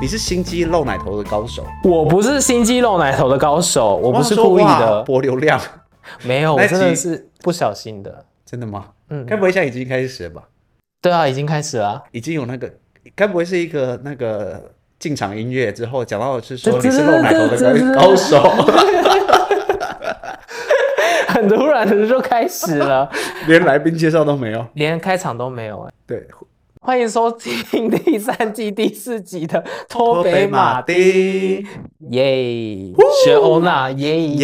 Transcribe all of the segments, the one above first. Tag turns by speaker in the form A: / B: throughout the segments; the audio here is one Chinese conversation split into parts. A: 你是心机露奶头的高手，
B: 我不是心机露奶头的高手，我不是故意
A: 我想说哇
B: 的，
A: 博流量，
B: 没有，
A: 那
B: 我真
A: 集
B: 的是不小心的。
A: 真的吗？
B: 嗯
A: 该不会现在已经开始了吧？
B: 对啊，已经开始了啊。
A: 已经有那个，该不会是一个那个进场音乐之后讲到是说
B: 这
A: 你是露奶头
B: 这这
A: 的高手，
B: 很突然的就开始了，
A: 连来宾介绍都没有。
B: 连开场都没有哎、
A: 对，
B: 欢迎收听第三季第四集的 脱北马丁，
A: 丁，
B: 耶，学欧娜，耶耶。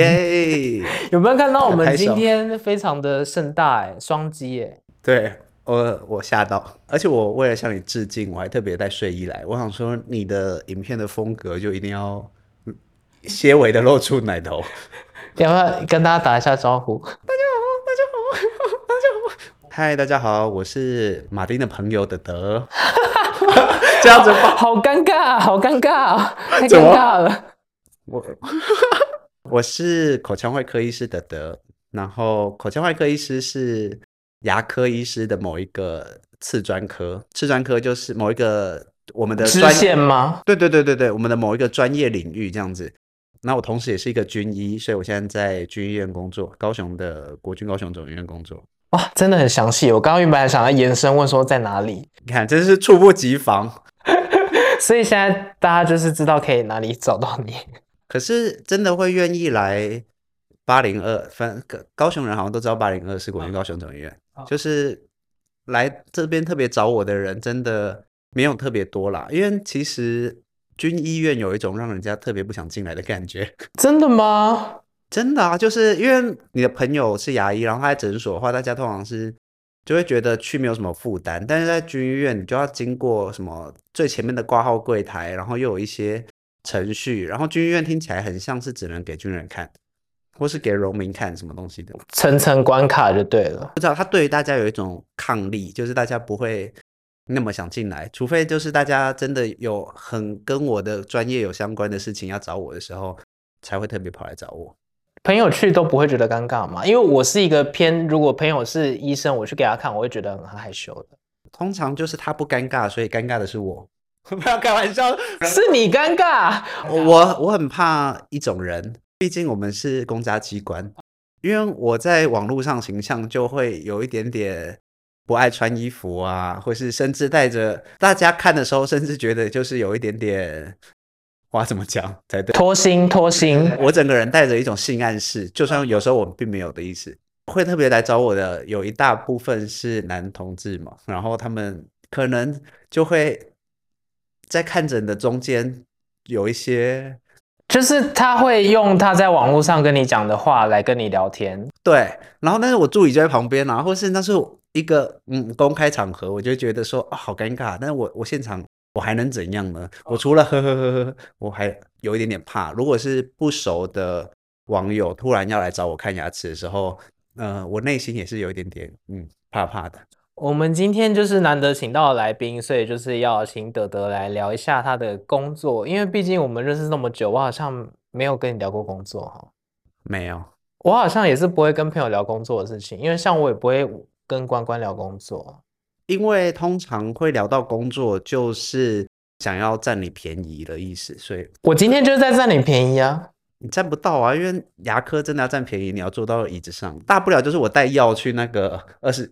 A: 耶！
B: 有没有看到我
A: 拍
B: 们
A: 手
B: 今天非常的盛大哎、双击哎，
A: 对我我吓到，而且我为了向你致敬，我还特别带睡衣来。我想说，你的影片的风格就一定要嗯些微的露出奶头。
B: 要不要跟大家打一下招 呼？
A: 嗨，大家好，我是马丁的朋友德德， 这样子吧，
B: 好尴尬，啊好尴尬，太
A: 怎
B: 尴
A: 么
B: 尬了。
A: 我我是口腔外科医师德德，然后口腔外科医师是牙科医师的某一个次专科，次专科就是某一个我们的
B: 支
A: 专
B: 线吗？
A: 对对对对对，我们的某一个专业领域这样子。那我同时也是一个军医，所以我现在在军医院工作，高雄的国军高雄总医院工作。
B: 哇，真的很详细。我刚刚原本还想要延伸问说在哪里，
A: 你看，真是猝不及防。
B: 所以现在大家就是知道可以哪里找到你。
A: 可是真的会愿意来八零二，反正高雄人好像都知道八零二是国军高雄总医院，
B: 哦
A: 就是来这边特别找我的人真的没有特别多啦，因为其实军医院有一种让人家特别不想进来的感觉。
B: 真的吗？
A: 真的啊，就是因为你的朋友是牙医，然后他在诊所的话，大家通常是就会觉得去没有什么负担，但是在军医院，你就要经过什么最前面的挂号柜台，然后又有一些程序，然后军医院听起来很像是只能给军人看，或是给农民看什么东西的。
B: 层层关卡就对了。
A: 不知道他对于大家有一种抗力，就是大家不会那么想进来，除非就是大家真的有很跟我的专业有相关的事情要找我的时候，才会特别跑来找我。
B: 朋友去都不会觉得尴尬吗？因为我是一个偏，如果朋友是医生，我去给他看，我会觉得很害羞的。
A: 通常就是他不尴尬，所以尴尬的是我。 不要开玩笑，
B: 是你尴尬，
A: 我我很怕一种人，毕竟我们是公家机关，因为我在网络上形象就会有一点点不爱穿衣服啊，或是甚至带着大家看的时候，甚至觉得就是有一点点，哇，怎么讲才对？
B: 拖心拖心。
A: 我整个人带着一种性暗示，就算有时候我并没有的意思。会特别来找我的有一大部分是男同志嘛，然后他们可能就会在看诊的中间有一些
B: 就是他会用他在网络上跟你讲的话来跟你聊天，
A: 对，然后但是我助理就在旁边啊，或是那是一个嗯公开场合，我就觉得说啊、好尴尬，但是我我现场我还能怎样呢？我除了呵呵呵呵，我还有一点点怕，如果是不熟的网友突然要来找我看牙齿的时候，呃，我内心也是有一点点嗯怕怕的。
B: 我们今天就是难得请到的来宾，所以就是要请德德来聊一下他的工作，因为毕竟我们认识那么久，我好像没有跟你聊过工作哈。
A: 没有，
B: 我好像也是不会跟朋友聊工作的事情，因为像我也不会跟关关聊工作。
A: 因为通常会聊到工作，就是想要占你便宜的意思，所以
B: 我今天就是在占你便宜啊。
A: 你占不到啊，因为牙科真的要占便宜，你要坐到椅子上，大不了就是我带药去那个二十，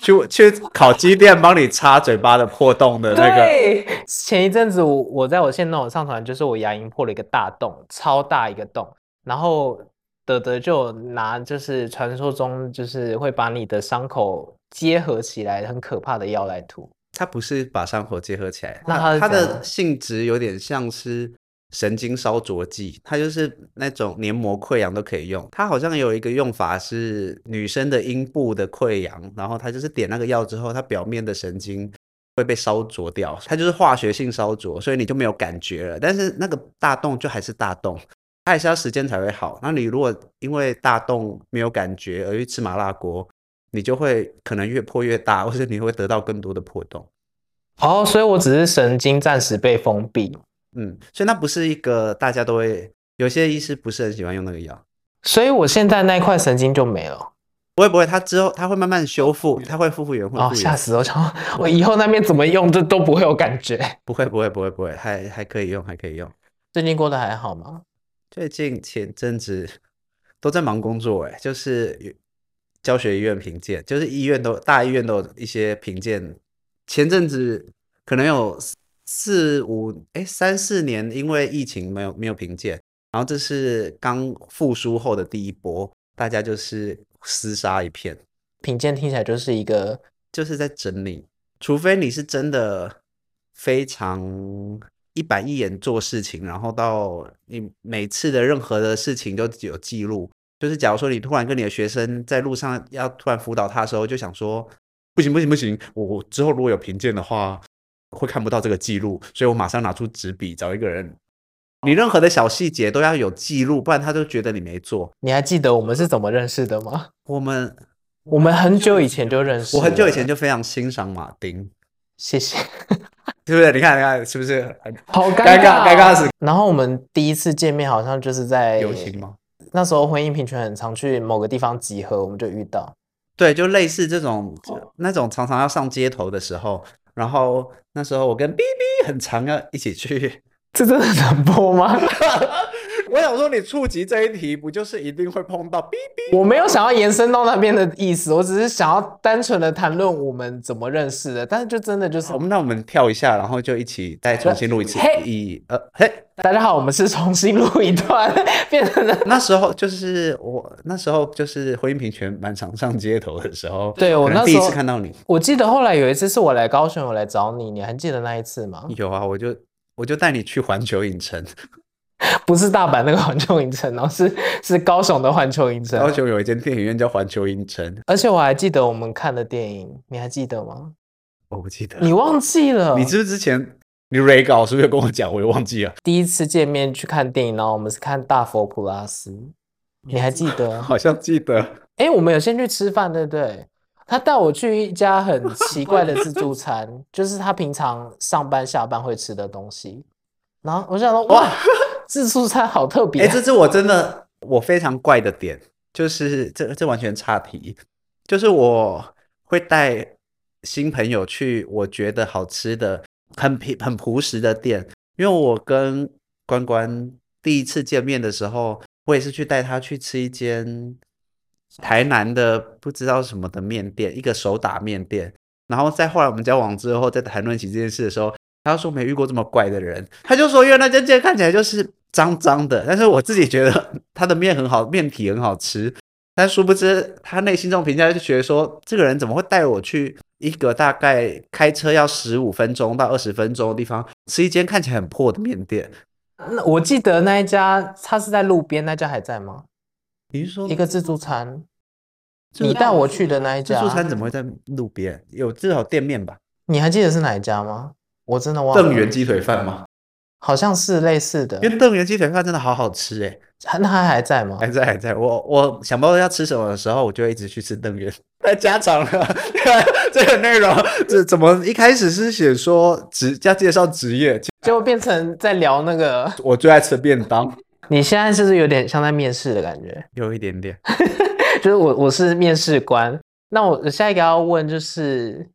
A: 去去烤鸡店帮你擦嘴巴的破洞的那个，
B: 对，前一阵子我我在我现动上传，就是我牙龈破了一个大洞，超大一个洞，然后德德就拿就是传说中就是会把你的伤口结合起来很可怕的药来涂。
A: 它不是把伤口结合起来，
B: 那哦
A: 它它
B: 它是怎
A: 的
B: 样
A: 性质有点像是神经烧灼剂，它就是那种黏膜溃疡都可以用。它好像有一个用法是女生的阴部的溃疡，然后它就是点那个药之后，它表面的神经会被烧灼掉，它就是化学性烧灼，所以你就没有感觉了。但是那个大洞就还是大洞。它还是要时间才会好。那你如果因为大洞没有感觉而去吃麻辣锅，你就会可能越破越大，或者你会得到更多的破洞。
B: 哦，所以我只是神经暂时被封闭，
A: 嗯，所以那不是一个大家都会，有些医师不是很喜欢用那个药。
B: 所以我现在那一块神经就没了。
A: 不会不会，它之后它会慢慢修复，它会复原，会
B: 哦，
A: 复
B: 吓
A: 原。
B: 死我！我想说我以后那边怎么用，这都不会有感觉。
A: 不会不会不会不会，还还可以用，还可以用。
B: 最近过得还好吗？
A: 最近前阵子都在忙工作，哎，就是有教学医院评鉴，就是医院都大医院都有一些评鉴。前阵子可能有四五哎三四年，因为疫情没有没有评鉴，然后这是刚复苏后的第一波，大家就是厮杀一片，
B: 品鉴听起来就是一个
A: 就是在整理，除非你是真的非常一板一眼做事情，然后到你每次的任何的事情都有记录。就是假如说你突然跟你的学生在路上要突然辅导他的时候，就想说不行不行不行，我我之后如果有评鉴的话，会看不到这个记录，所以我马上拿出纸笔找一个人。你任何的小细节都要有记录，不然他就觉得你没做。
B: 你还记得我们是怎么认识的吗？
A: 我们
B: 我们很久以前就认识，
A: 我很久以前，就非常欣赏马丁，
B: 谢谢，
A: 对不对？你看你看是不是很
B: 好
A: 尴尬
B: 尬，哦
A: 尴尬死。
B: 然后我们第一次见面好像就是在
A: 游行吗？
B: 那时候婚姻平权很常去某个地方集合，我们就遇到。
A: 对，就类似这种
B: 哦
A: 那种常常要上街头的时候，然后那时候我跟 B B 很常要一起 去。
B: 这真的能播吗？
A: 我想说，你触及这一题，不就是一定会碰到 B B？
B: 我没有想要延伸到那边的意思，我只是想要单纯的谈论我们怎么认识的。但是就真的就是
A: 我，们那我们跳一下，然后就一起再重新录一次
B: 哦嘿。
A: 一呃嘿，
B: 大家好，我们是重新录一段， 变成了
A: 那时候就是我那时候就是婚姻平权蛮常上街头的时候，
B: 对我
A: 可能
B: 那
A: 第一
B: 时候
A: 次看到你，
B: 我记得后来有一次是我来高雄，我来找你，你还记得那一次吗？
A: 有啊，我就我就带你去环球影城，
B: 不是大阪那个环球影城哦，是是高雄的环球影城
A: 高。雄有一间电影院叫环球影城，
B: 而且我还记得我们看的电影，你还记得吗？
A: 哦我不记得了。
B: 你忘记了？
A: 你是不是之前你 re 稿是不是有跟我讲？我也忘记了，
B: 第一次见面去看电影，然后我们是看《大佛普拉斯》，你还记得？
A: 好像记得。
B: 哎，我们有先去吃饭，对不对？他带我去一家很奇怪的自助餐， 就是他平常上班下班会吃的东西。然后我想说，哇，自助餐好特别
A: 哎、
B: 啊，
A: 这是我真的我非常怪的点，就是这这完全差题，就是我会带新朋友去我觉得好吃的、很平很朴实的店，因为我跟关关第一次见面的时候，我也是去带他去吃一间台南的不知道什么的面店，一个手打面店。然后再后来我们交往之后，在谈论起这件事的时候，他说没遇过这么怪的人，他就说因为那间店看起来就是脏脏的，但是我自己觉得他的面很好，面体很好吃。但殊不知他内心中评价就觉得说，这个人怎么会带我去一个大概开车要十五分钟到二十分钟的地方吃一间看起来很破的面店？
B: 那我记得那一家，它是在路边，那家还在吗？
A: 你是说
B: 一个自助餐，
A: 自助
B: 你带我去的那一
A: 自
B: 家，啊
A: 助餐怎么会在路边？有至少店面吧？
B: 你还记得是哪一家吗？我真的忘
A: 邓
B: 了，
A: 源鸡腿饭吗？
B: 好像是类似的
A: 因。为邓哎源鸡腿饭真的好好吃哎、
B: 那他还在吗？
A: 还在还在，我我想不到要吃什么的时候，我就会一直去吃邓源。 太家常了， 这个内容这怎么一开始是写说职要介绍职业？
B: 结果变成在聊那 个，
A: 我最爱吃便当，
B: 你现在是不是有点像在面试的感觉？
A: 有一点点。
B: 就是我我是面试官，那我我下一个要问就是，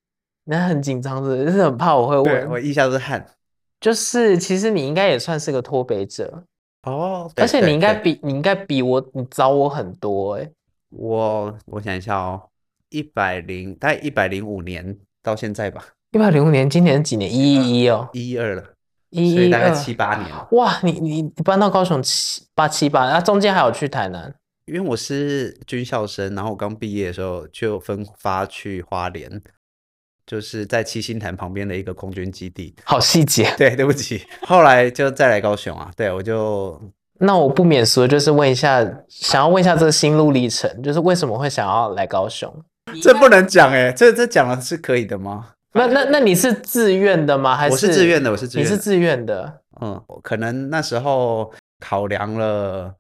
B: 那很紧张的，就是很怕我会
A: 对
B: 问，
A: 我腋下都是汗。
B: 就是其实你应该也算是个脱北者，
A: 哦，
B: 而且你应该
A: 对
B: 比你应该比我你早我很多哎、
A: 我我想一下哦，一百零大概一百零五年到现在吧，
B: 一百零五年，今年几年？一一一哦，
A: 一二了，
B: 一
A: 所以
B: 一
A: 大概
B: 二
A: 七八年了。
B: 哇，你你你搬到高雄七八七八，啊，中间还有去台南，
A: 因为我是军校生，然后我刚毕业的时候就分发去花莲，就是在七星潭旁边的一个空军基地。
B: 好细节。
A: 对，对不起，后来就再来高雄啊。对，我就
B: 那我不免俗，就是问一下，想要问一下这个心路历程，就是为什么会想要来高雄？
A: 这不能讲哎、这这讲了是可以的吗？
B: 那那那你是自愿的吗？还
A: 我是自愿的，我是自
B: 你
A: 愿
B: 是
A: 的。
B: 自愿的，
A: 嗯，可能那时候考量了，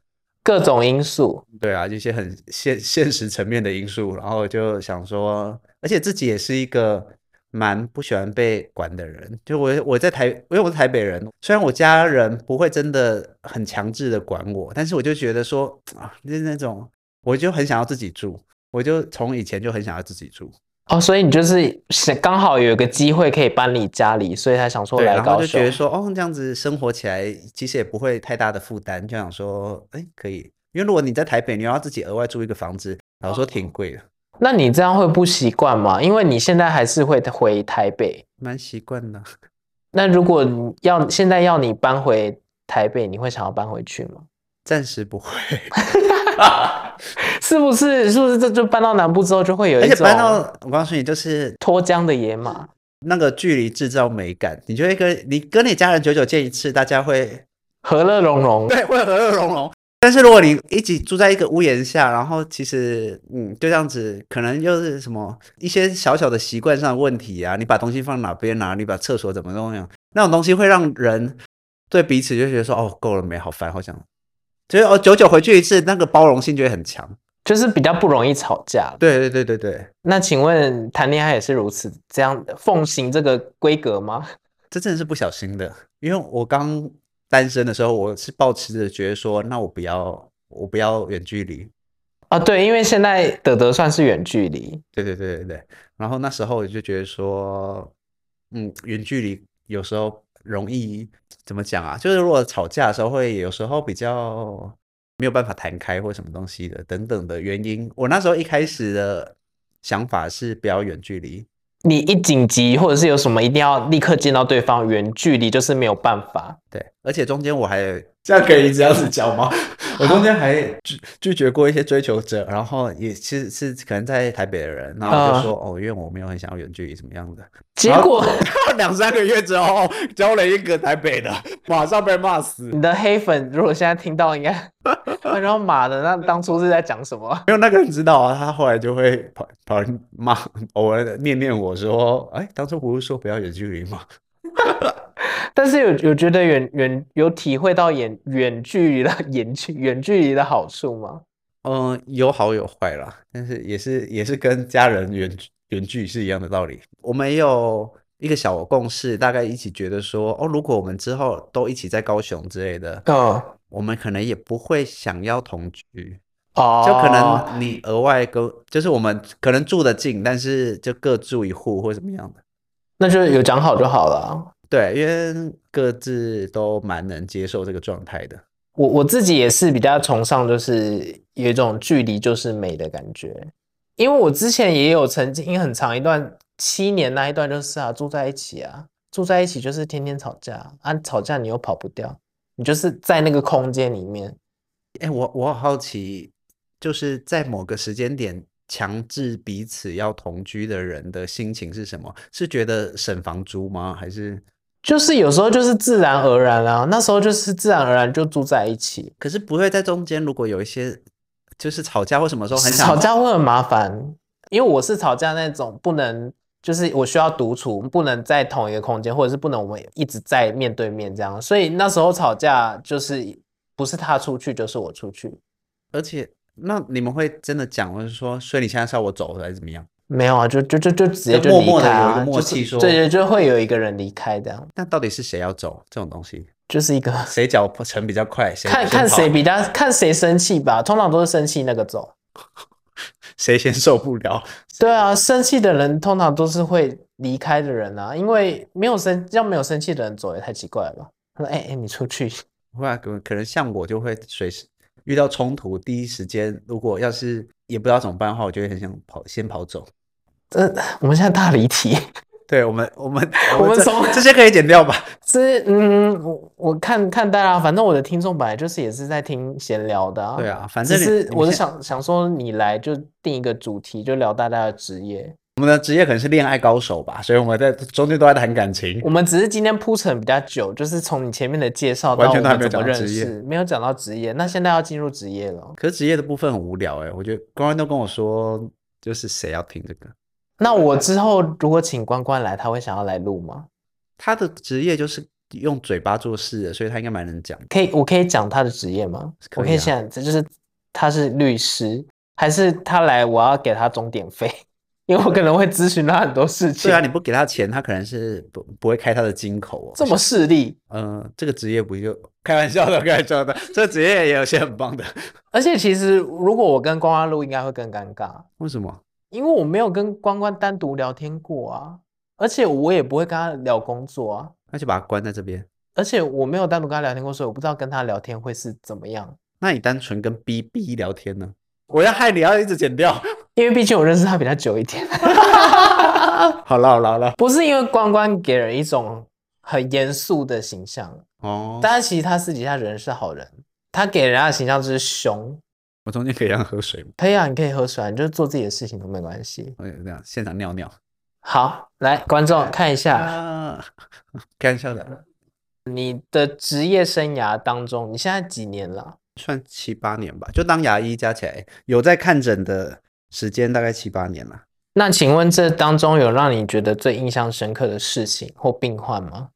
B: 各种因素。
A: 对啊，一些很现现实层面的因素，然后就想说，而且自己也是一个蛮不喜欢被管的人。就我我在台，因为我是台北人，虽然我家人不会真的很强制的管我，但是我就觉得说啊，就是那种我就很想要自己住。我就从以前就很想要自己住，
B: 哦，所以你就是想刚好有一个机会可以搬离家里，所以才想说
A: 对，
B: 来
A: 然后
B: 啊高
A: 就觉
B: 雄
A: 得。说，哦，这样子生活起来其实也不会太大的负担，就想说，哎，可以，因为如果你在台北，你要自己额外租一个房子，老实说
B: 哦
A: 挺贵的，
B: 那你这样会不习惯吗？因为你现在还是会回台北。
A: 蛮习惯的。
B: 那如果你要现在要你搬回台北，你会想要搬回去吗？
A: 暂时不会，
B: 是不是？是不是这就搬到南部之后就会有
A: 而
B: 一
A: 且
B: 种
A: 搬到我告诉你，就是
B: 脱缰的野马？
A: 那个距离制造美感，你就会跟你跟你家人久久见一次，大家会
B: 和乐融融，
A: 对会和乐融融。但是如果你一起住在一个屋檐下，然后其实嗯就这样子，可能又是什么一些小小的习惯上的问题啊，你把东西放哪边啊，你把厕所怎么弄呀、那种东西会让人对彼此就觉得说哦够了没，好烦，好想，就是哦久久回去一次，那个包容性就会很强。
B: 就是比较不容易吵架。
A: 对对对对对，
B: 那请问谈恋爱也是如此这样奉行这个规格吗？
A: 这真的是不小心的，因为我刚单身的时候，我是抱持着觉得说，那我不要，我不要远距离。
B: 啊，对，因为现在德德算是远距离，
A: 对对对对对。然后那时候我就觉得说，嗯，远距离有时候容易怎么讲啊？就是如果吵架的时候，会有时候比较没有办法谈开或什么东西的等等的原因。我那时候一开始的想法是不要远距离，
B: 你一紧急或者是有什么一定要立刻见到对方，远距离就是没有办法。
A: 对，而且中间我还 这样可以这样子讲 吗？我中间还拒拒绝过一些追求者，然后也是是可能在台北的人，然后就说、哦，因为我没有很想要远距离怎么样的。
B: 结
A: 然后
B: 果
A: 两三个月之后交了一个台北的，马上被骂死。
B: 你的黑粉如果现在听到，应该 会说妈的，那当初是在讲什么？
A: 没有那个人知道啊，他后来就会跑跑人骂，偶尔念念我说，哎，当初不是说不要远距离吗？
B: 但是有有觉得远远有体会到远远距离的 远距远距离的好处吗？
A: 嗯，有好有坏啦，但是也是也是跟家人远距远距是一样的道理。我们也有一个小共识，大概一起觉得说，哦，如果我们之后都一起在高雄之类的，
B: 嗯，
A: 我们可能也不会想要同居，
B: 哦，
A: 就可能你额外跟，就是我们可能住得近，但是就各住一户或怎么样的。
B: 那就有讲好就好了啊。
A: 对，因为各自都蛮能接受这个状态的。
B: 我我自己也是比较崇尚，就是有一种距离就是美的感觉。因为我之前也有曾经很长一段七年那一段，就是啊住在一起啊，住在一起就是天天吵架啊，吵架你又跑不掉，你就是在那个空间里面。
A: 哎，我我好奇，就是在某个时间点强制彼此要同居的人的心情是什么？是觉得省房租吗？还是
B: 就是有时候就是自然而然啊，那时候就是自然而然就住在一起，
A: 可是不会在中间如果有一些就是吵架或什么时候很想
B: 吵架会很麻烦，因为我是吵架那种不能，就是我需要独处，不能在同一个空间，或者是不能我们一直在面对面这样，所以那时候吵架就是不是他出去就是我出去，
A: 而且那你们会真的讲，或者说，所以你现在是要我走还是怎么样？
B: 没有啊，就就就就直接
A: 就默
B: 就离
A: 默地
B: 开
A: 有一
B: 啊，
A: 个默
B: 就是
A: 契说
B: 对对，就会有一个人离开这样，
A: 那到底是谁要走这种东西？
B: 就是一个
A: 谁脚步程比较快，谁
B: 看
A: 先
B: 看
A: 跑
B: 谁比较看谁生气吧，通常都是生气那个走。
A: 谁先受不了。
B: 对啊，生气的人通常都是会离开的人啊，因为没有生要没有生气的人走也太奇怪了吧？他说：“哎、哎、你出去。
A: 后来可可能像我就会随时遇到冲突，第一时间如果要是也不知道怎么办的话，我就会很想跑，先跑走。
B: 呃，我们现在大离题，
A: 对我们，我 们
B: 我们
A: 这
B: 从
A: 这些可以剪掉吧？
B: 是嗯，我我看看大家，反正我的听众本来就是也是在听闲聊 的啊。
A: 对啊反
B: 只
A: 正你
B: 是
A: 你
B: 我是
A: 现
B: 想想说，你来就定一个主题，就聊大家的职业。
A: 我们的职业可能是恋爱高手吧，所以我们在中间都在谈感情
B: 我。们只是今天铺陈比较久，就是从你前面的介绍
A: 完
B: 到
A: 全
B: 我
A: 都还
B: 们
A: 没有
B: 怎么
A: 讲到
B: 认
A: 职业
B: 识，没有讲到职业。那现在要进入职业了。
A: 可是职业的部分很无聊哎、我觉得关关都跟我说，就是谁要听这个？
B: 那我之后如果请关关来，他会想要来录吗？
A: 他的职业就是用嘴巴做事的，所以他应该蛮能讲。
B: 可以，我可以讲他的职业吗？
A: 可
B: 我可以
A: 以啊
B: 想，这就是他是律师，还是他来我要给他钟点费？ 因为我可能会咨询他很多事情。
A: 对啊，你不给他钱，他可能是不不会开他的金口哦。
B: 这么势利，
A: 嗯、这个职业不就开玩笑的，开玩笑的，这个职业也有些很棒的。
B: 而且其实如果我跟关关录，应该会更尴尬，
A: 为什么？
B: 因为我没有跟关关单独聊天过啊，而且我也不会跟他聊工作啊，
A: 那就把它关在这边。
B: 而且我没有单独跟他聊天过，所以我不知道跟他聊天会是怎么样。
A: 那你单纯跟 B B 聊天呢？我要害你，要一直剪掉。
B: 因为毕竟我认识他比较久一点，
A: 好了好了好了，
B: 不是因为关关给人一种很严肃的形象，
A: 哦，
B: 但其实他私底下人是好人，他给人家的形象就是凶。
A: 我中间可以让他喝水吗？
B: 可以啊，你可以喝水啊，你就做自己的事情都没关系。
A: 我也这样现场尿尿
B: 好，来观众看一下
A: 啊， 开玩笑的，
B: 你的职业生涯当中，你现在几年了？
A: 算七八年吧，就当牙医加起来有在看诊的时间大概七八年了。
B: 那请问这当中有让你觉得最印象深刻的事情或病患吗？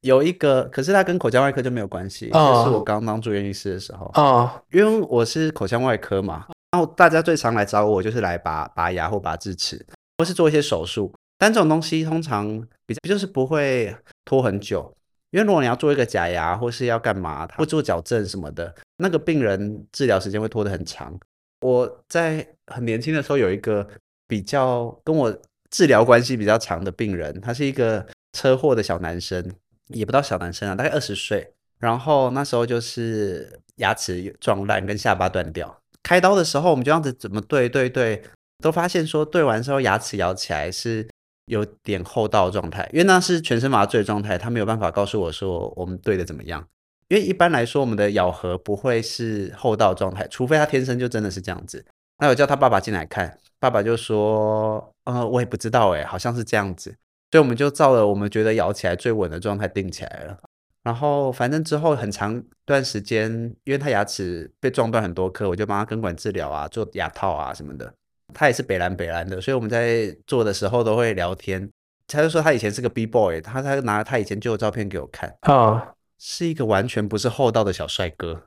A: 有一个，可是它跟口腔外科就没有关系，就是
B: 哦
A: 我刚当住院医师的时候，
B: 哦，
A: 因为我是口腔外科嘛，然后大家最常来找我就是来拔拔牙或拔智齿，或是做一些手术。但这种东西通常比较就是不会拖很久，因为如果你要做一个假牙或是要干嘛，或做矫正什么的，那个病人治疗时间会拖得很长。我在很年轻的时候有一个比较跟我治疗关系比较长的病人，他是一个车祸的小男生，也不到小男生啊，大概二十岁。然后那时候就是牙齿撞烂跟下巴断掉。开刀的时候，我们就这样子怎么对对对，都发现说对完之后牙齿咬起来是有点后倒的状态，因为那是全身麻醉的状态，他没有办法告诉我说我们对的怎么样。因为一般来说，我们的咬合不会是后倒的状态，除非他天生就真的是这样子。那我叫他爸爸进来看，爸爸就说：“呃，我也不知道哎，好像是这样子。”所以我们就照了我们觉得咬起来最稳的状态定起来了。然后反正之后很长段时间，因为他牙齿被撞断很多颗，我就帮他根管治疗啊，做牙套啊什么的。他也是北兰北兰的，所以我们在做的时候都会聊天。他就说他以前是个 B boy，他他拿他以前旧的照片给我看，
B: 哦，
A: 是一个完全不是厚道的小帅哥，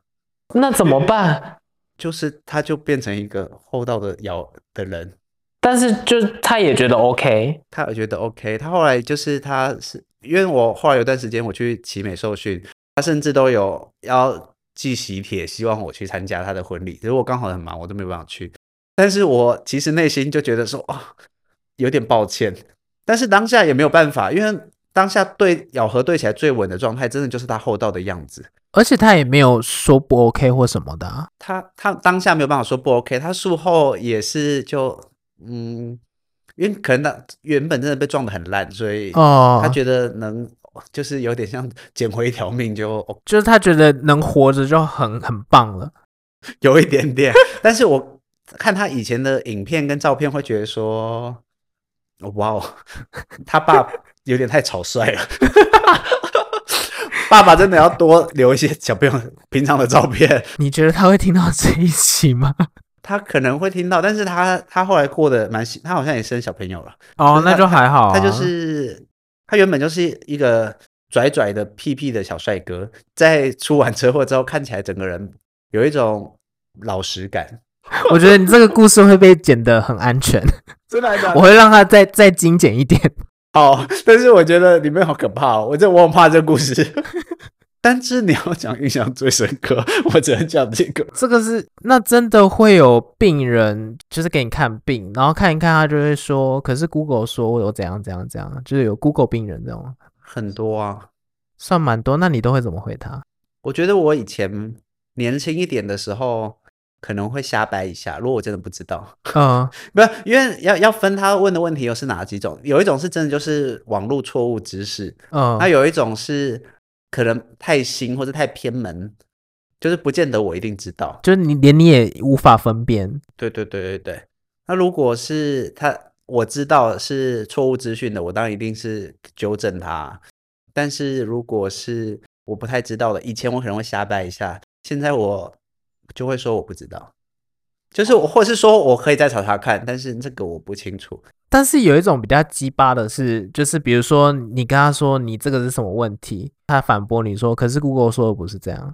B: 那怎么办？
A: 就是他就变成一个厚道的咬的人。
B: 但是就他也觉得 OK，
A: 他觉得 OK，他后来就是他是因为我后来有段时间我去奇美受训，他甚至都有要寄喜帖，希望我去参加他的婚礼。只是我刚好很忙，我都没有办法去。但是我其实内心就觉得说，哦，有点抱歉。但是当下也没有办法，因为当下对咬合对起来最稳的状态，真的就是他厚道的样子。
B: 而且他也没有说不 OK 或什么的、啊。
A: 他他当下没有办法说不 OK，他术后也是就嗯，因为可能他原本真的被撞得很烂，所以
B: 哦
A: 他觉得能就是有点像捡回一条命就哦
B: 就是他觉得能活着就很很棒了。
A: 有一点 点。但是我看他以前的影片跟照片，会觉得说，哇哦， 他爸有点太草率了。 爸爸真的要多留一些小朋友平常的照片，
B: 你觉得他会听到这一期 吗？
A: 他可能会听到，但是他他后来过得蛮幸，他好像也生小朋友了。
B: 哦，
A: 可是
B: 那就还好、啊。
A: 他就是他原本就是一个拽拽的屁屁的小帅哥，在出完车祸之后，看起来整个人有一种老实感。
B: 我觉得你这个故事会被剪得很安全，
A: 真的
B: 我会让他再再精简一点。
A: 哦，但是我觉得里面好可怕哦，我这我很怕这故 事。但是你要讲印象最深刻，我只能讲这个。
B: 这个是那真的会有病人，就是给你看病，然后看一看，他就会说，可是 Google 说我有怎样怎样怎样，就是有 Google 病人这种，
A: 很多啊，
B: 算蛮多。那你都会怎么回他？
A: 我觉得我以前年轻一点的时候可能会瞎掰一下，如果我真的不知道。
B: 嗯，
A: 不是，因为要要分他问的问题又是哪几种，有一种是真的就是网络错误知识，
B: 嗯，
A: 那有一种是可能太新或者太偏门，就是不见得我一定知道。
B: 就是你连你也无法分辨。
A: 对对对对对。那如果是他我知道是错误资讯的，我当然一定是纠正他。但是如果是我不太知道的，以前我可能会瞎掰一下，现在我就会说我不知道，就是我或是说我可以再查查看，但是这个我不清楚。
B: 但是有一种比较鸡巴的是，就是比如说你跟他说你这个是什么问题，他反驳你说，可是 Google 说的不是这样。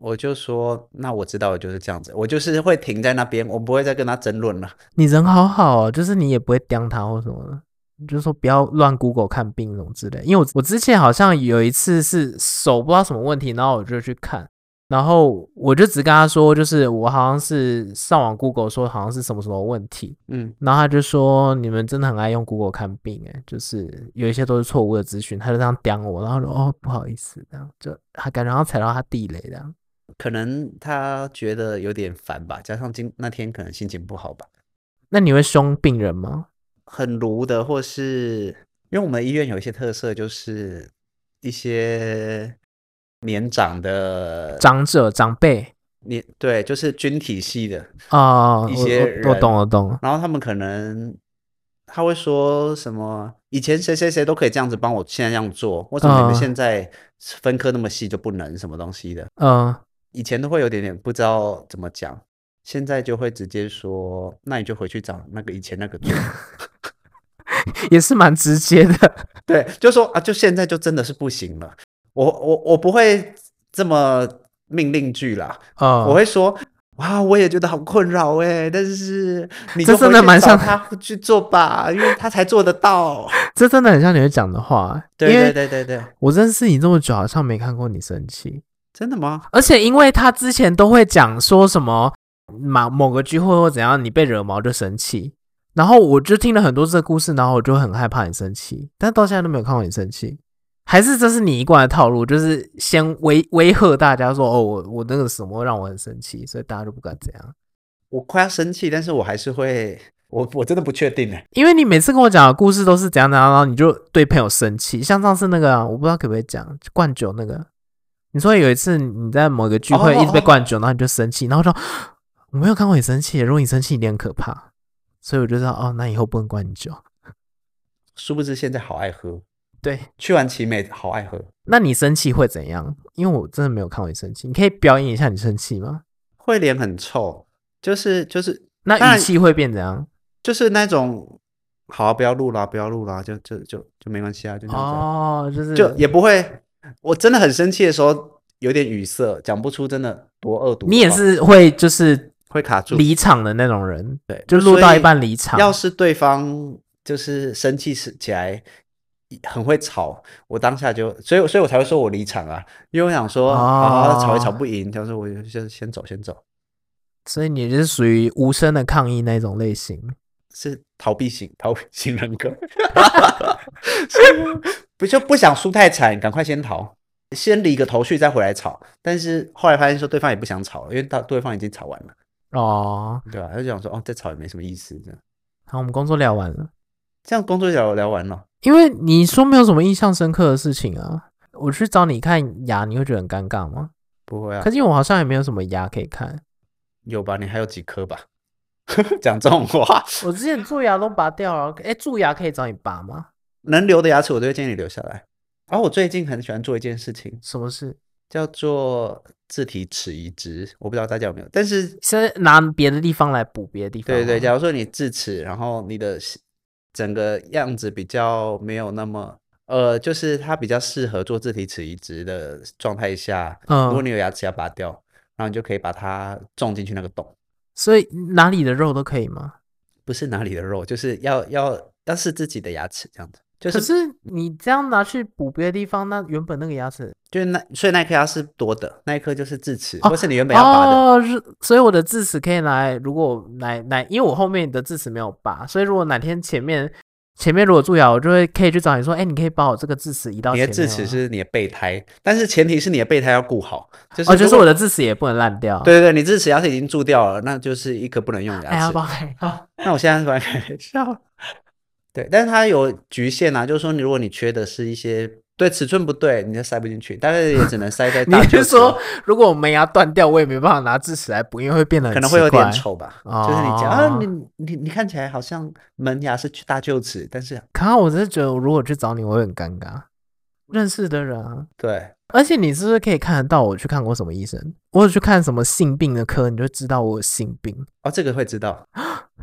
A: 我就说，那我知道，我就是这样子，我就是会停在那边，我不会再跟他争论了。
B: 你人好好、哦，就是你也不会刁他或什么的，你就说不要乱 Google 看病什么之类。因为我我之前好像有一次是手不知道什么问题，然后我就去看，然后我就只跟他说，就是我好像是上网 Google 说好像是什么什么问题，
A: 嗯，
B: 然后他就说你们真的很爱用 Google 看病，哎，就是有一些都是错误的资讯，他就这样刁我，然后说哦不好意思，这样就他感觉好像踩到他地雷这样。
A: 可能他觉得有点烦吧，加上今那天可能心情不好吧，
B: 那你会凶病人吗？
A: 很鲁的，或是因为我们医院有一些特色，就是一些年长的
B: 长者、长辈
A: 年对，就是军体系的，
B: 啊，
A: 一
B: 我
A: 些
B: 我我
A: 人
B: 懂，我懂了。
A: 然后他们可能他会说什么？以前谁谁谁都可以这样子帮我，现在这样做，为什么你们
B: 嗯
A: 现在分科那么细就不能什么东西的？
B: 嗯，
A: 以前都会有点点不知道怎么讲，现在就会直接说，那你就回去找那个以前那个做。
B: 也是蛮直接的。
A: 对，就说啊，就现在就真的是不行了。我我我不会这么命令句啦，
B: 嗯，
A: 我会说。哇，我也觉得好困扰哎，但是你
B: 这
A: 就
B: 真
A: 回
B: 的
A: 去
B: 蛮
A: 找
B: 像
A: 他去做吧，因为他才做得到。
B: 这真的很像你会讲的话。欸
A: 对
B: 因
A: 对
B: 为
A: 对对对，
B: 我认识你这么久，好像没看过你生气。
A: 真的吗？
B: 而且因为他之前都会讲说什么某某个聚会或怎样，你被惹毛就生气。然后我就听了很多这个故事，然后我就很害怕你生气，但到现在都没有看过你生气。还是这是你一贯的套路，就是先威威吓大家说哦，我我那个什么让我很生气，所以大家就不敢怎样。
A: 我快要生气，但是我还是会，我我真的不确定哎。
B: 因为你每次跟我讲的故事都是怎样怎样，然后你就对朋友生气。像上次那个啊、我不知道可不可以讲灌酒那个，你说有一次你在某个聚会
A: 哦
B: 一直被灌酒，然后你就生气，然后说 我没有看过你生气，如果你生气一定很可怕。所以我就知道哦，那以后不能灌你酒。
A: 殊不知现在好爱喝，
B: 对，
A: 去完奇美好爱喝，
B: 那你生气会怎样？因为我真的没有看过你生气，你可以表演一下你生气吗？
A: 会脸很臭，就是就是当
B: 那
A: 然
B: 语气会变怎样？
A: 就是那种，好、啊，不要录啦，不要录啦，就就就就没关系啊，就这样子啊、
B: 哦，就是
A: 就也不会。我真的很生气的时候，有点语塞，讲不出真的多恶毒的话。
B: 你也是会就是
A: 会卡住，
B: 离场的那种人，
A: 对，
B: 就录
A: 所
B: 到一
A: 以
B: 半离场。
A: 要是对方就是生气是起来很会吵，我当下就，所以所以我才会说我离场啊，因为我想说，好好吵也吵
B: 哦
A: 不赢，他说我就先先走先走，
B: 所以你就是属于无声的抗议那种类型。
A: 是逃避型 逃避型人格，是不就不想输太惨，赶快先逃。先理个头绪再回来吵，但是后来发现说对方也不想吵了，因为到对方已经吵完了，
B: 哦，
A: 对吧、他就想说哦，再吵也没什么意思，这样
B: 好，我们工作聊完了，
A: 这样工作聊聊完了，
B: 因为你说没有什么印象深刻的事情啊。我去找你看牙，你会觉得很尴尬吗？
A: 不会啊
B: 可。是因为我好像也没有什么牙可以看，
A: 有吧？你还有几颗吧？ 讲这种话，
B: 我之前蛀牙都拔掉了。哎，蛀牙可以找你拔吗？
A: 能留的牙齿我都会建议你留下来。而、我最近很喜欢做一件事情，
B: 什么事？
A: 叫做自体齿移植。我不知道大家有没有，但是
B: 是拿别的地方来补别的地方吗？
A: 对对，假如说你智齿，然后你的是整个样子比较没有那么呃，就是它比较适合做自体齿移植的状态下，如果
B: 嗯
A: 你，有牙齿要拔掉，然后你就可以把它种进去那个洞，
B: 所以哪里的肉都可以吗？
A: 不是哪里的肉，就是要要要是自己的牙齿这样子。就
B: 可
A: 是
B: 是你这样拿去补别的地方，那原本那个牙齿
A: 就是那，所以那一颗牙是多的，那一颗就是智齿，
B: 哦
A: 或是你原本要拔的。
B: 哦，是所以我的智齿可以拿来，如果哪哪，因为我后面的智齿没有拔，所以如果哪天前面前面如果蛀牙，我就会可以去找你说，哎、你可以把我这个智齿移到
A: 你
B: 前
A: 的
B: 面
A: 智齿
B: 吗
A: 是你的备胎，但是前提是你的备胎要顾好，就是
B: 哦，就
A: 如
B: 是
A: 果
B: 我的智齿也不能烂掉。，
A: 对对对，你智齿要是已经蛀掉了，那就是一颗不能用的
B: 哎
A: 牙
B: 呀，
A: 齿。
B: 宝贝，好，
A: 那我现在突然开笑了，对，但是它有局限啊，就是说你如果你缺的是一些对尺寸不对，你就塞不进去，大概也只能塞在
B: 你
A: 大臼
B: 是
A: 齿
B: 说
A: 咯，
B: 如果我门牙断掉，我也没办法拿智齿来补，因为会变得很
A: 可能会有
B: 奇怪
A: 点，丑吧，就是你讲
B: 哦
A: 啊，你你你看起来好像门牙是大臼齿，但是
B: 可是我只是觉得，如果去找你，我会很尴尬。认识的人啊，
A: 对，
B: 而且你是不是可以看得到我去看过什么医生？我有去看什么性病的科，你就知道我有性病，
A: 哦，这个会知道。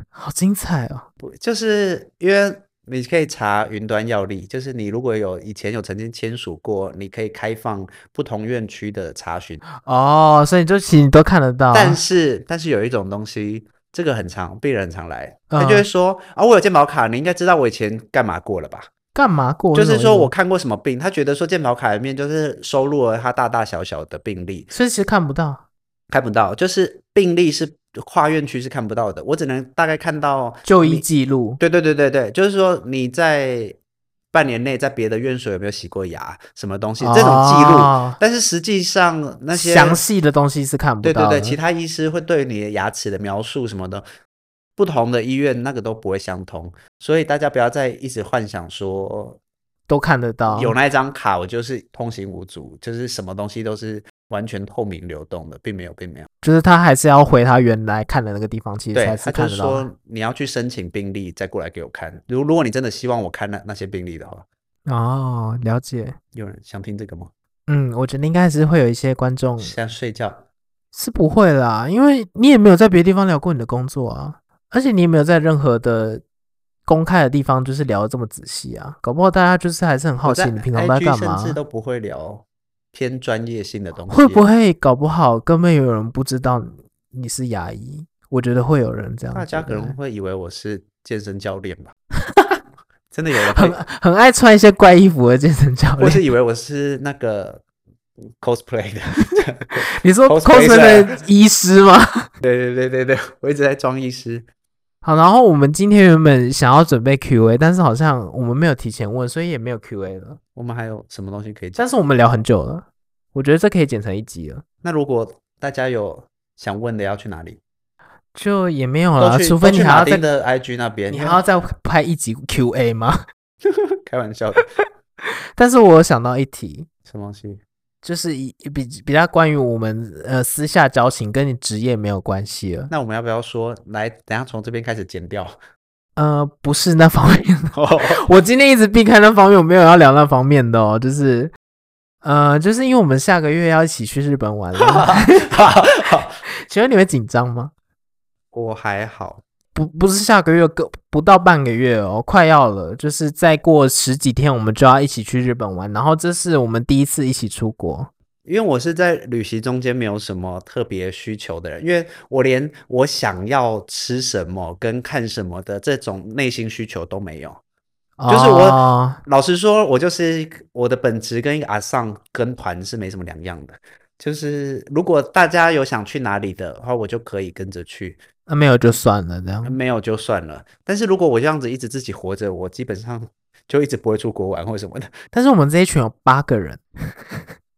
B: 好精彩哦！
A: 不就是因为你可以查云端药力，就是你如果有以前有曾经签署过，你可以开放不同院区的查询。
B: 哦，所以就其实你都看得到，啊
A: 但是但是有一种东西，这个很常病人很常来，他
B: 嗯
A: 就会说、啊，我有健保卡，你应该知道我以前干嘛过了吧？
B: 干嘛过？
A: 就是
B: 什么
A: 说
B: 意思
A: 我，看过什么病，他觉得说健保卡里面就是收录了他大大小小的病例，
B: 所以其实看不到，
A: 看不到，就是病例是跨院区是看不到的，我只能大概看到
B: 就
A: 你
B: 医记录，
A: 对对对对对，就是说你在半年内在别的院所有没有洗过牙，什么东西这种记录，
B: 哦
A: 但是实际上那些
B: 详细的东西是看不
A: 对
B: 到
A: 对对，
B: 的，
A: 其他医师会对你的牙齿的描述什么的，不同的医院那个都不会相同，所以大家不要再一直幻想说
B: 都看得到，
A: 有那一张卡我就是通行无阻，就是什么东西都是完全透明流动的，并没有，并没有。
B: 就是他还是要回他原来看的那个地方，其实
A: 对他
B: 才，是
A: 就
B: 看
A: 是
B: 得到
A: 说你要去申请病历再过来给我看，如如果你真的希望我看那那些病历的话。
B: 的。哦，了解。
A: 有人想听这个吗？
B: 嗯，我觉得应该还是会有一些观众
A: 想睡觉。
B: 是不会啦，因为你也没有在别的地方聊过你的工作啊，而且你也没有在任何的公开的地方就是聊得这么仔细啊，搞不好大家就是还是很好
A: 我
B: 奇
A: 在
B: 你平常都在
A: IG
B: 干
A: 甚
B: 嘛啊
A: 至，都不会聊偏专业性的东西。
B: 会不？会搞不好根本有人不知道你是牙医？我觉得会有人这样觉
A: 大
B: 得，
A: 家可能会以为我是健身教练 吧？真的有人
B: 很
A: 会，
B: 很爱穿一些怪衣服的健身教
A: 或是
B: 练。
A: 以为我是那个嗯 cosplay 的。
B: 你说
A: cosplayer
B: cosplay 的医师吗？
A: 对对对对对，我一直在装医师。
B: 好，然后我们今天原本想要准备 Q&A，但是好像我们没有提前问，所以也没有 Q&A 了。
A: 我们还有什么东西可以讲？
B: 但是我们聊很久了，我觉得这可以剪成一集了，
A: 那如果大家有想问的，要去哪里？
B: 就也没有
A: 都
B: 了，
A: 去
B: 除非
A: 都
B: 你
A: 去
B: 还
A: 马
B: 要再
A: 丁的 IG 那边，
B: 你
A: 因
B: 还
A: 为
B: 要再拍一集 Q&A 吗？
A: 开玩笑的，
B: 但是我有想到一题，
A: 什么东西？
B: 就是一比比较关于我们呃私下交情，跟你职业没有关系了，
A: 那我们要不要说来？等一下从这边开始剪掉。
B: 呃，不是那方面的。 我今天一直避开那方面，我没有要聊那方面的哦，就是呃，就是因为我们下个月要一起去日本玩了， 请问你会紧张吗？
A: 我还好，
B: 不不是下个月，个不到半个月哦，快要了，就是再过十几天，我们就要一起去日本玩。然后这是我们第一次一起出国，
A: 因为我是在旅行中间没有什么特别需求的人，因为我连我想要吃什么跟看什么的这种内心需求都没有。就是我
B: 哦
A: 老实说，我就是我的本职跟一个阿尚跟团是没什么两样的。就是如果大家有想去哪里的话，我就可以跟着去，
B: 那、没有就算了，这样
A: 没有就算了。但是如果我这样子一直自己活着，我基本上 就一直不会出国玩或什么的。
B: 但是我们这一群有八个人，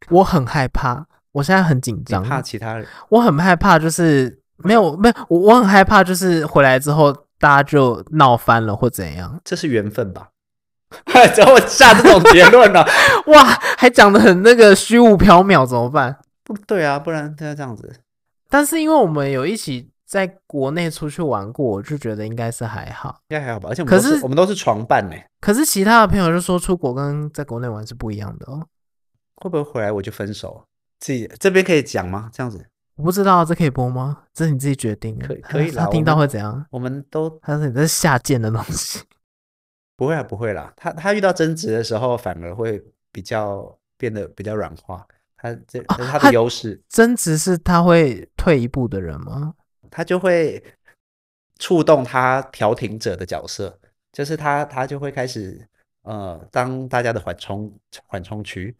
B: 我很害怕，我现在很紧
A: 你
B: 张，
A: 怕其他人？
B: 我很害怕，就是没有没有，我我很害怕，就是回来之后大家就闹翻了或怎样。
A: 这是缘分 吧？怎么下这种结论呢、
B: 哇，还讲的很那个虚无缥缈，怎么办？
A: 不对啊，不然他要这样子。
B: 但是因为我们有一起在国内出去玩过，我就觉得应该是还好。
A: 应该还好吧，而且我们都
B: 可
A: 是
B: 是
A: 我们都是床伴欸呢、
B: 可是其他的朋友就说出国跟在国内玩是不一样的哦，
A: 会不会回来我就分手？自己这边可以讲吗？这样子，
B: 我不知道这可以播吗？这是你自己决定的。
A: 可以可以啦
B: 他
A: 我
B: 听到
A: 们
B: 会怎样？
A: 我们都
B: 他说你这是下贱的东西。
A: 不会啊，不会啦。他他遇到争执的时候，反而会比较变得比较软化。他这这是哦他
B: 他
A: 的优势，
B: 争执是他会退一步的人吗？
A: 他就会触动他调停者的角色，就是他他就会开始呃当大家的缓冲缓冲区。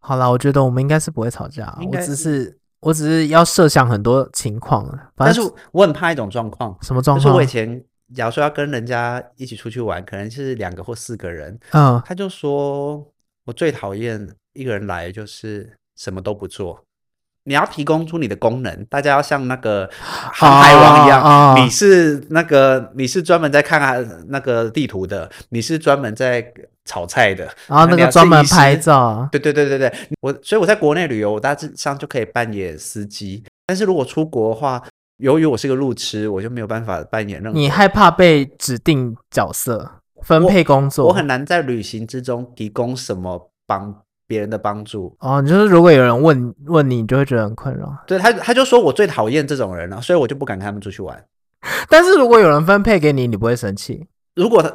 B: 好啦，我觉得我们应该是不会吵架啊，
A: 应
B: 我
A: 该
B: 只
A: 是
B: 是我只是要设想很多情况了。反
A: 但
B: 正
A: 是我很怕一种状况，
B: 什么状
A: 就是
B: 况？
A: 我以前假如说要跟人家一起出去玩，可能是两个或四个人，
B: 嗯，
A: 他就说我最讨厌一个人来就是什么都不做。你要提供出你的功能，大家要像那个航海王一样，
B: 哦哦
A: 你是那个你是专门在看看那个地图的，你是专门在炒菜的，
B: 然
A: 那
B: 后那
A: 你
B: 个
A: 要
B: 专
A: 是
B: 门
A: 医师
B: 拍照啊，
A: 对对对对对，我所以我在国内旅游，我大致上就可以扮演司机，但是如果出国的话，由于我是个路痴，我就没有办法扮演任何。
B: 你害怕被指定角色分
A: 我
B: 配工作？
A: 我很难在旅行之中提供什么帮别人的帮助。
B: 哦，就是如果有人问问你，你就会觉得很困扰。
A: 对他，他就说我最讨厌这种人啊了、所以我就不敢跟他们出去玩。
B: 但是如果有人分配给你，你不会生气。
A: 如果他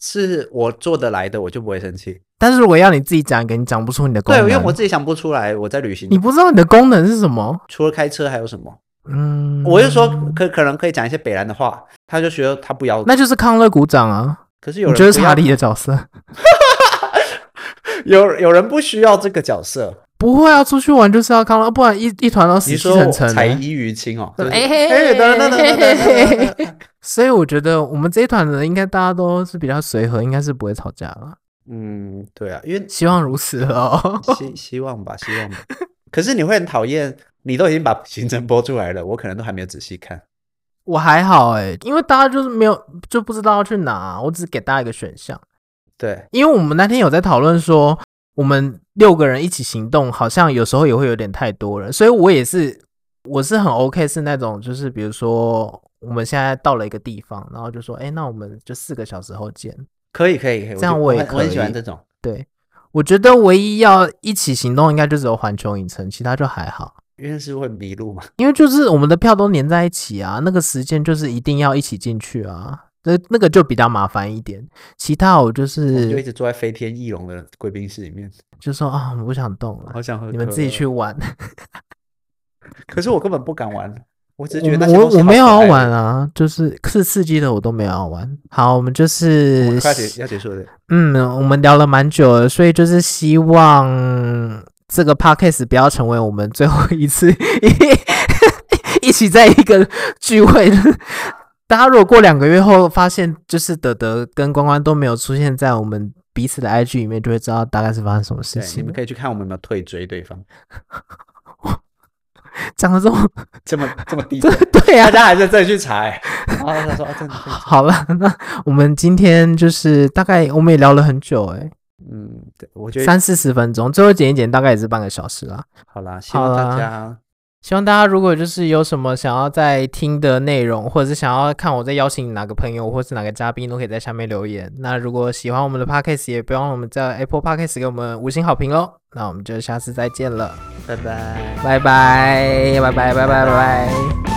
A: 是我做得来的，我就不会生气。
B: 但是如果要你自己讲一个，你讲不出你的功
A: 对，
B: 能，
A: 因为我自己想不出来，我在旅行
B: 你不知道你的功能是什么。
A: 除了开车还有什么？
B: 嗯，
A: 我就说可可能可以讲一些北兰的话，他就觉得他不要。
B: 那就是康乐鼓掌啊，
A: 可是有
B: 你
A: 人
B: 觉得
A: 不要
B: 查理的角色
A: 有有人不需要这个角色。
B: 不会啊，出去玩就是要康乐，不然一一团都死
A: 你
B: 气
A: 说
B: 沉
A: 我
B: 沉
A: 才
B: 的。
A: 艺于亲 哦？就
B: 哎
A: 是
B: 嘿
A: 哎，等等等等等 等等，
B: 所以我觉得我们这一团的应该大家都是比较随和，应该是不会吵架了，
A: 嗯，对啊，因为
B: 希望如此哦。
A: 希希望吧，希望吧。可是你会很讨厌，你都已经把行程播出来了，我可能都还没有仔细看。
B: 我还好哎、因为大家就是没有就不知道要去哪，我只是给大家一个选项。
A: 对，
B: 因为我们那天有在讨论说，我们六个人一起行动，好像有时候也会有点太多人，所以我也是，我是很 OK，是那种就是比如说我们现在到了一个地方，然后就说，哎，那我们就四个小时后见。
A: 可以可以可以，
B: 这样
A: 就
B: 我也
A: 很我很喜
B: 可以
A: 欢这种。
B: 对，我觉得唯一要一起行动，应该就只有环球影城，其他就还好，
A: 因为是会迷路嘛，
B: 因为就是我们的票都粘在一起啊，那个时间就是一定要一起进去啊。那那个就比较麻烦一点，其他我就
A: 我们就一
B: 是
A: 直坐在飞天翼龙的贵宾室里面，
B: 就说啊，我不想动了
A: 好，想喝。
B: 你们自己去。玩。
A: 可是我根本不敢玩，我只是
B: 我
A: 觉得那些
B: 嗯我
A: 东西
B: 我
A: 好
B: 没有
A: 可
B: 要
A: 爱
B: 玩。啊，就是是刺激的我都没有要玩。好，我们就
A: 我
B: 是
A: 们快结要结束了，
B: 嗯，我们聊了蛮久了，所以就是希望这个 podcast 不要成为我们最后一次一起在一个聚会。大家如果过两个月后发现，就是德德跟关关都没有出现在我们彼此的 IG 里面，就会知道大概是发生什么事
A: 对，你
B: 情
A: 们
B: 了。
A: 可以去看我们有没有退追对方，
B: 讲的这么，
A: 这么这么低
B: 对呀、
A: 大家还在这里去查欸。 然后他说啊，真的，真的
B: 好了，那我们今天就是大概我们也聊了很久、欸诶。
A: 嗯，对，我觉得
B: 三四十分钟，最后剪一剪大概也是半个小时啦。
A: 好啦，希望
B: 好
A: 大
B: 啦
A: 家
B: 希望大家如果就是有什么想要再听的内容，或者是想要看我在邀请哪个朋友或是哪个嘉宾，都可以在下面留言。那如果喜欢我们的 podcast，也不要忘了我们在 Apple Podcast 给我们五星好评哦。那我们就下次再见了，
A: 拜拜。
B: 拜拜，拜拜，拜拜，拜拜。